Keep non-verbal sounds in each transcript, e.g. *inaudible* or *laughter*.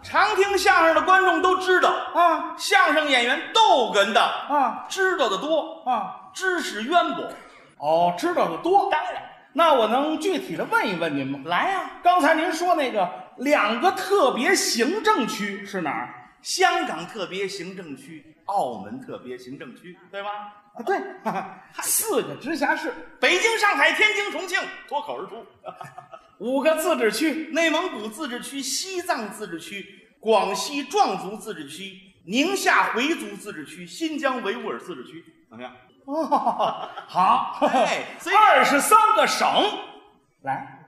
常听相声的观众都知道啊，相声演员逗哏的啊知道的多，啊，知识渊博。哦，知道的多。当然，那我能具体的问一问您吗？来呀、刚才您说那个两个特别行政区是哪儿？香港特别行政区、澳门特别行政区，对吗？啊，对，哈哈四个直辖市，北京、上海、天津、重庆脱口而出。五个自治区，内蒙古自治区、西藏自治区、广西壮族自治区、宁夏回族自治区、新疆维吾尔自治区，怎么样？哦，好，哎所以二十三个省，来，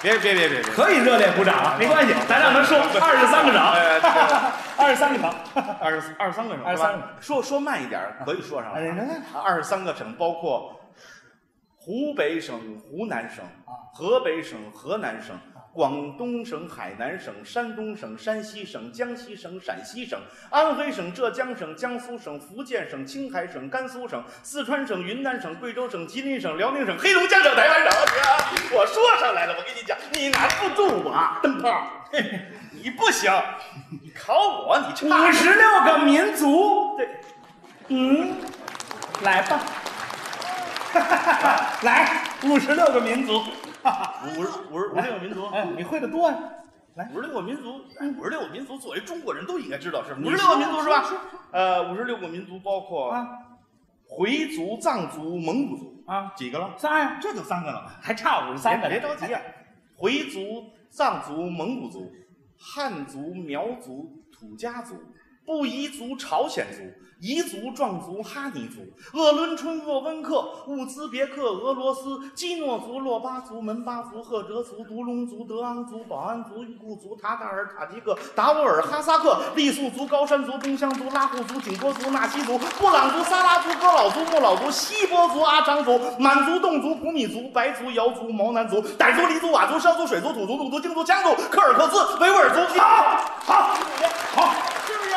别别别别别！可以热烈鼓掌啊，没关系，咱让他 *laughs* 说二十三个省哎对， *laughs* 二十三个省，二十二十三个省，二十三个是吧说说慢一点儿，可以说上哎来哎。二十三个省包括湖北省、湖南省、啊河北省、河南省、广东省、海南省、山东省、山西省、江西省、陕西省、安徽省、浙江省、江苏省、福建省、青海省、甘肃省、四川省、云南省、贵州省、吉林省、辽宁省、黑龙江省、台湾省。我说上来了，我跟你讲，你难不住我，灯泡， *laughs* 嘿嘿你不行，你考我，你差。五十六个民族，对，嗯，来吧， *laughs* 来，五十六个民族， *laughs* 五十五十五十六个民族，哎，你会的多呀，来，五十六个民族，哎五十六个民族作为中国人都应该知道是五你十六说个民族是吧说说？呃，五十六个民族包括啊回族、藏族、蒙古族啊几个了？仨呀，这就三个了吧？还差五十三个，哎别别着急啊，回族、藏族、蒙古族、汉族、苗族、土家族、布依族、朝鲜族、彝族、壮族、哈尼族、鄂伦春、鄂温克、乌兹别克、俄罗斯、基诺族、洛巴族、门巴族、赫哲族、独龙族、德昂族、保安族、裕固族、塔塔尔、塔吉克、达斡尔、哈萨克、傈僳族、高山族、东乡族、拉祜族、景颇族、纳西族、布朗族、撒拉族、哥老族、莫老族、锡伯族、阿昌族、满族、侗族、普米族、白族、瑶族、毛南族、傣族、黎族、佤族、畲族、水族、土族、怒族、京族、羌族、柯尔克孜、维吾尔族。好，好，好，是不是？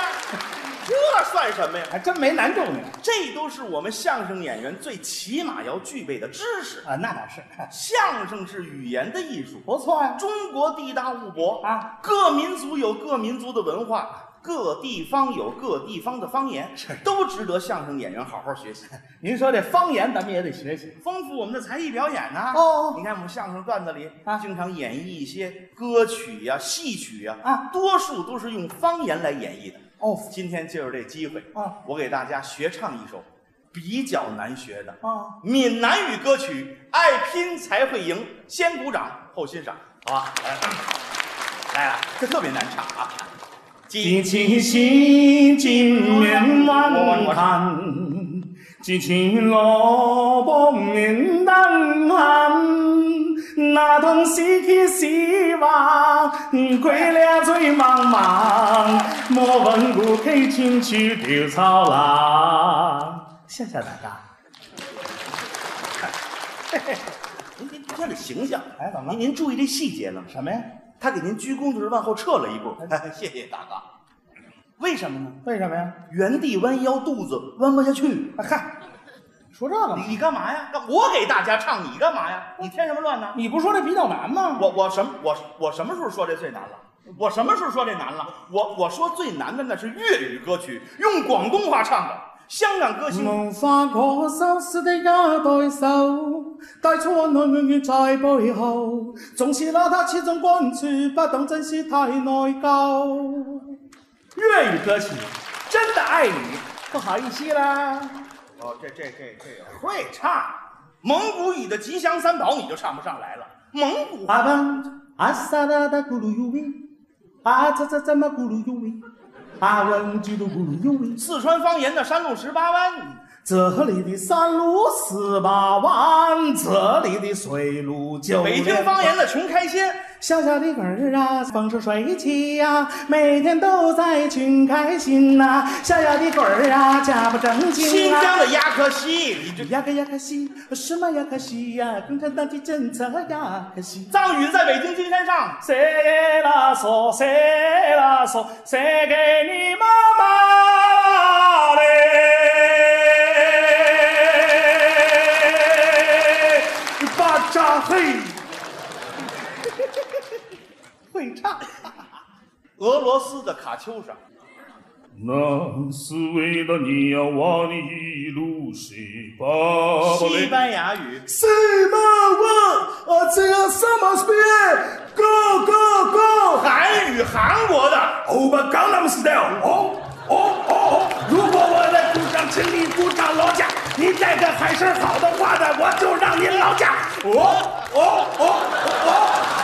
这算什么呀？还真没难住你这都是我们相声演员最起码要具备的知识。啊，那倒是， *laughs* 相声是语言的艺术，不错呀，中国地大物博啊，各民族有各民族的文化，各地方有各地方的方言，都值得相声演员好好学习，您说这方言咱们也得学学，丰富我们的才艺表演呐。哦哦你看我们相声段子里啊经常演绎一些歌曲呀、戏曲呀，啊多数都是用方言来演绎的。哦今天借着这机会啊，我给大家学唱一首比较难学的啊闽南语歌曲《爱拼才会赢》，先鼓掌后欣赏，好吧？来，来啊，这特别难唱啊。一情心，情面万叹，一情落寞免等闲。那段失去希望，过了最茫茫，莫问故去，亲像稻草人。谢谢大家。您您这样的形象，哎怎么了您您注意这细节了吗？什么呀？他给您鞠躬的时候往后撤了一步，哎谢谢大哥。为什么呢？为什么呀？原地弯腰，肚子弯不下去。啊嗨，说这个你？你干嘛呀？干我给大家唱，你干嘛呀？你添什么乱呢？你不说这比较难吗？我我什么我我什么时候说这最难了？我什么时候说这难了？我我说最难的那是粤语歌曲，用广东话唱的。香港歌星无法可收拾的一對手，帶出愛永遠在背後，總是拿他始終關注，不懂珍惜太內疚。粵語歌曲，真的愛你，不好意思啦，哦，这这这这有会唱。蒙古语的《吉祥三宝》你就唱不上来了。蒙古阿班阿萨达达咕噜呦喂，阿扎扎扎嘛咕噜呦喂，阿文吉嘟咕噜呦喂。四川方言的《山路十八弯》，这里的山路十八弯，这里的水路九北连京方言的《穷开心》，小小的儿啊，风生水起呀、每天都在群开心呐、小小的鬼儿啊，家不正新经啊。疆的亚克西，你这呀个呀个西，什么呀个西呀，共产党的政策呀个西。藏语在北京金山上，谁给他说？谁给他说？谁给你妈妈的？ *laughs* 巴扎嘿，会唱。俄罗斯的卡秋莎，那是为了你呀、我的一路西巴西巴班牙语，什么我啊，这个什么是？Go go go！韩语，韩国的欧巴江南 style！哦哦哦哦！如果我在鼓掌，请你鼓掌劳驾。您带着还是好的话呢，我就让您劳驾。哦哦哦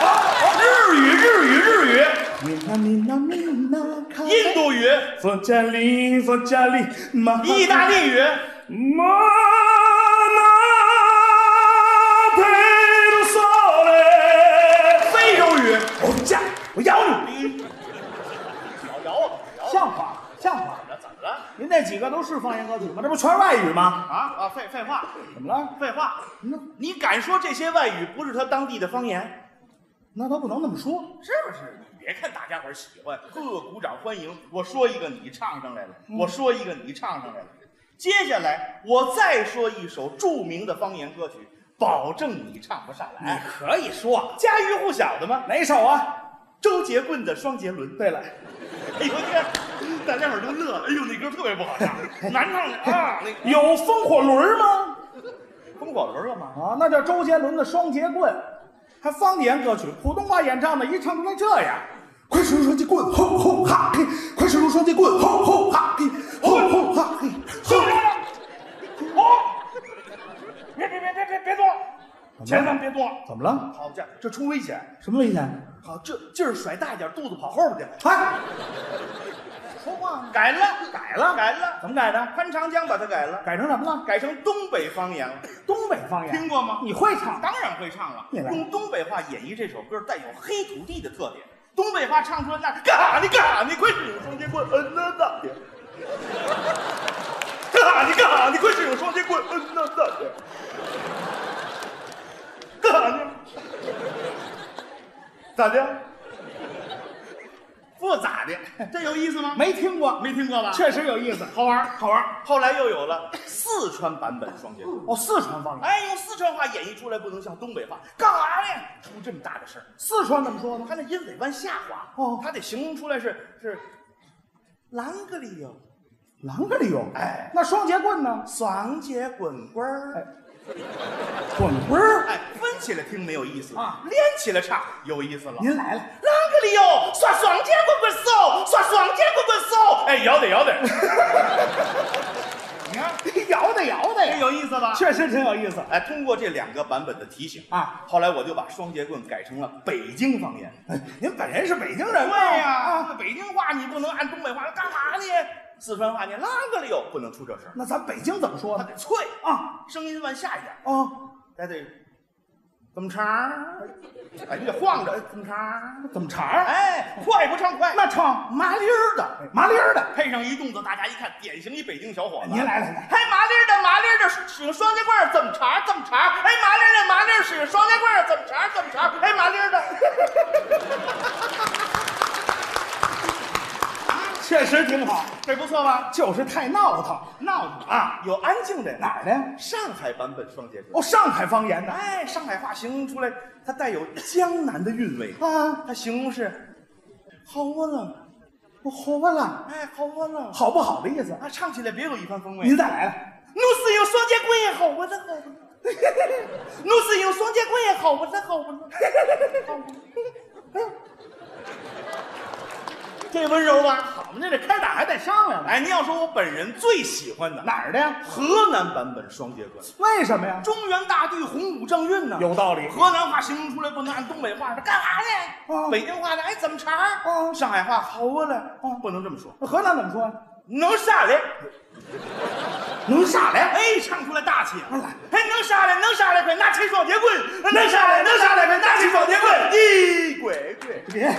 哦日语，日语，日语，哦！米娜米娜米娜，看印度语，佛加利佛加利，玛意大利语， Ma na per sole 非洲语。我家，我咬你！哦咬咬我，咬像话，像话！我，怎么了？您那几个都是方言歌曲吗？这不全是外语吗？啊啊，废废话，怎么了？废话那，你敢说这些外语不是他当地的方言？那他不能那么说。是不是？你别看大家伙儿喜欢，各个鼓掌欢迎。我说一个，你唱上来了；嗯我说一个，你唱上来了。接下来我再说一首著名的方言歌曲，保证你唱不上来。可以说啊家喻户晓的吗？哪首啊？周杰棍的《双杰伦》。对了，哎呦天，大家伙儿都乐了。哎呦，那歌特别不好唱， *laughs* 难唱的啊！那个有风火轮吗？风火轮了吗？啊，那叫周杰伦的《双截棍》，还方言歌曲，普通话演唱的，一唱成了这样。快使用双截棍，吼吼哈嘿！快使用双截棍，吼吼哈嘿！吼吼哈嘿！就这样，好，哦别别别别别别动，千万别动，怎么了？好这这出危险，什么危险？好这劲儿甩大一点，肚子跑后边去。哎，说话呢改了，改了，改了，怎么改的？潘长江把它改了，改成什么了？改成东北方言了，东北方言。听过吗？你会唱？当然会唱了，你来用东北话演绎这首歌带有黑土地的特点。东北话唱出来那干哈呢？干哈呢？快使用双截棍！嗯呐大爷！干哈呢？干哈呢？快使用双截棍！嗯呐大爷！干哈呢？咋的？不咋的，这有意思吗？没听过，没听过吧？确实有意思。好玩，好玩。后来又有了四川版本双截棍。哦，四川方言，哎，用四川话演绎出来不能像东北话，干啥呢？出这么大的事儿，四川怎么说呢？他那音尾往下滑，哦他得形容出来是是，啷个里哟，啷个里有？哎，那双截棍呢？双节滚棍儿， *laughs* 滚棍儿。哎，分起来听没有意思啊连起来唱有意思了。您来了，啷个里哟，耍双节棍棍手，耍双节棍棍手，哎，摇得摇得， *laughs* 你看摇的摇的这呀，有意思吧？确实挺有意思哎，通过这两个版本的提醒啊。哎后来我就把双节棍改成了北京方言。您本人是北京人吗？啊对呀、啊北京话你不能按东北话干嘛呢？四川话你啷个了又不能出这事儿，那咱北京怎么说它呢？得脆，啊声音往下一点，啊，还得怎么长儿？哎，你得晃着，怎么长儿？怎么茬儿？哎，快不唱快，那唱麻利儿的，麻利儿的，配上一动作，大家一看，典型一北京小伙子。您来来来，嘿，麻利儿的，麻利儿的，使用双截棍儿，怎么茬儿？怎么茬儿？哎，麻利儿的，麻利儿，使用双截棍儿，怎么茬儿？怎么茬儿？哎，麻利儿的，确实挺好， *laughs* 这不错吧？就是太闹腾闹腾啊，有安静的哪儿的呀？上海版本双截棍。哦，上海方言的哎，上海话形容出来，它带有江南的韵味。啊，它形容是好窝了，我活哦啊了，哎，好窝了，好不好的意思？啊，唱起来别有一番风味。您再来了，我是用双截棍也好我的好不得，我是用双截棍也好我的好不得，好不得这温柔吧？我们这这开打还得商量呢。哎，您要说我本人最喜欢的，哪儿的呀？河南版本双截棍，为什么呀？中原大地洪武正韵呢。有道理河南话形容出来不能按东北话，这干啥呢？啊北京话呢？哎，怎么茬儿？啊上海话好啊嘞，啊不能这么说，河南怎么说呀？能下来，能啥来？哎，唱出来大气。啊来哎，能下来，能下来，快拿起双截棍，能下来，能下来，快拿起双截棍，咦，鬼鬼，别，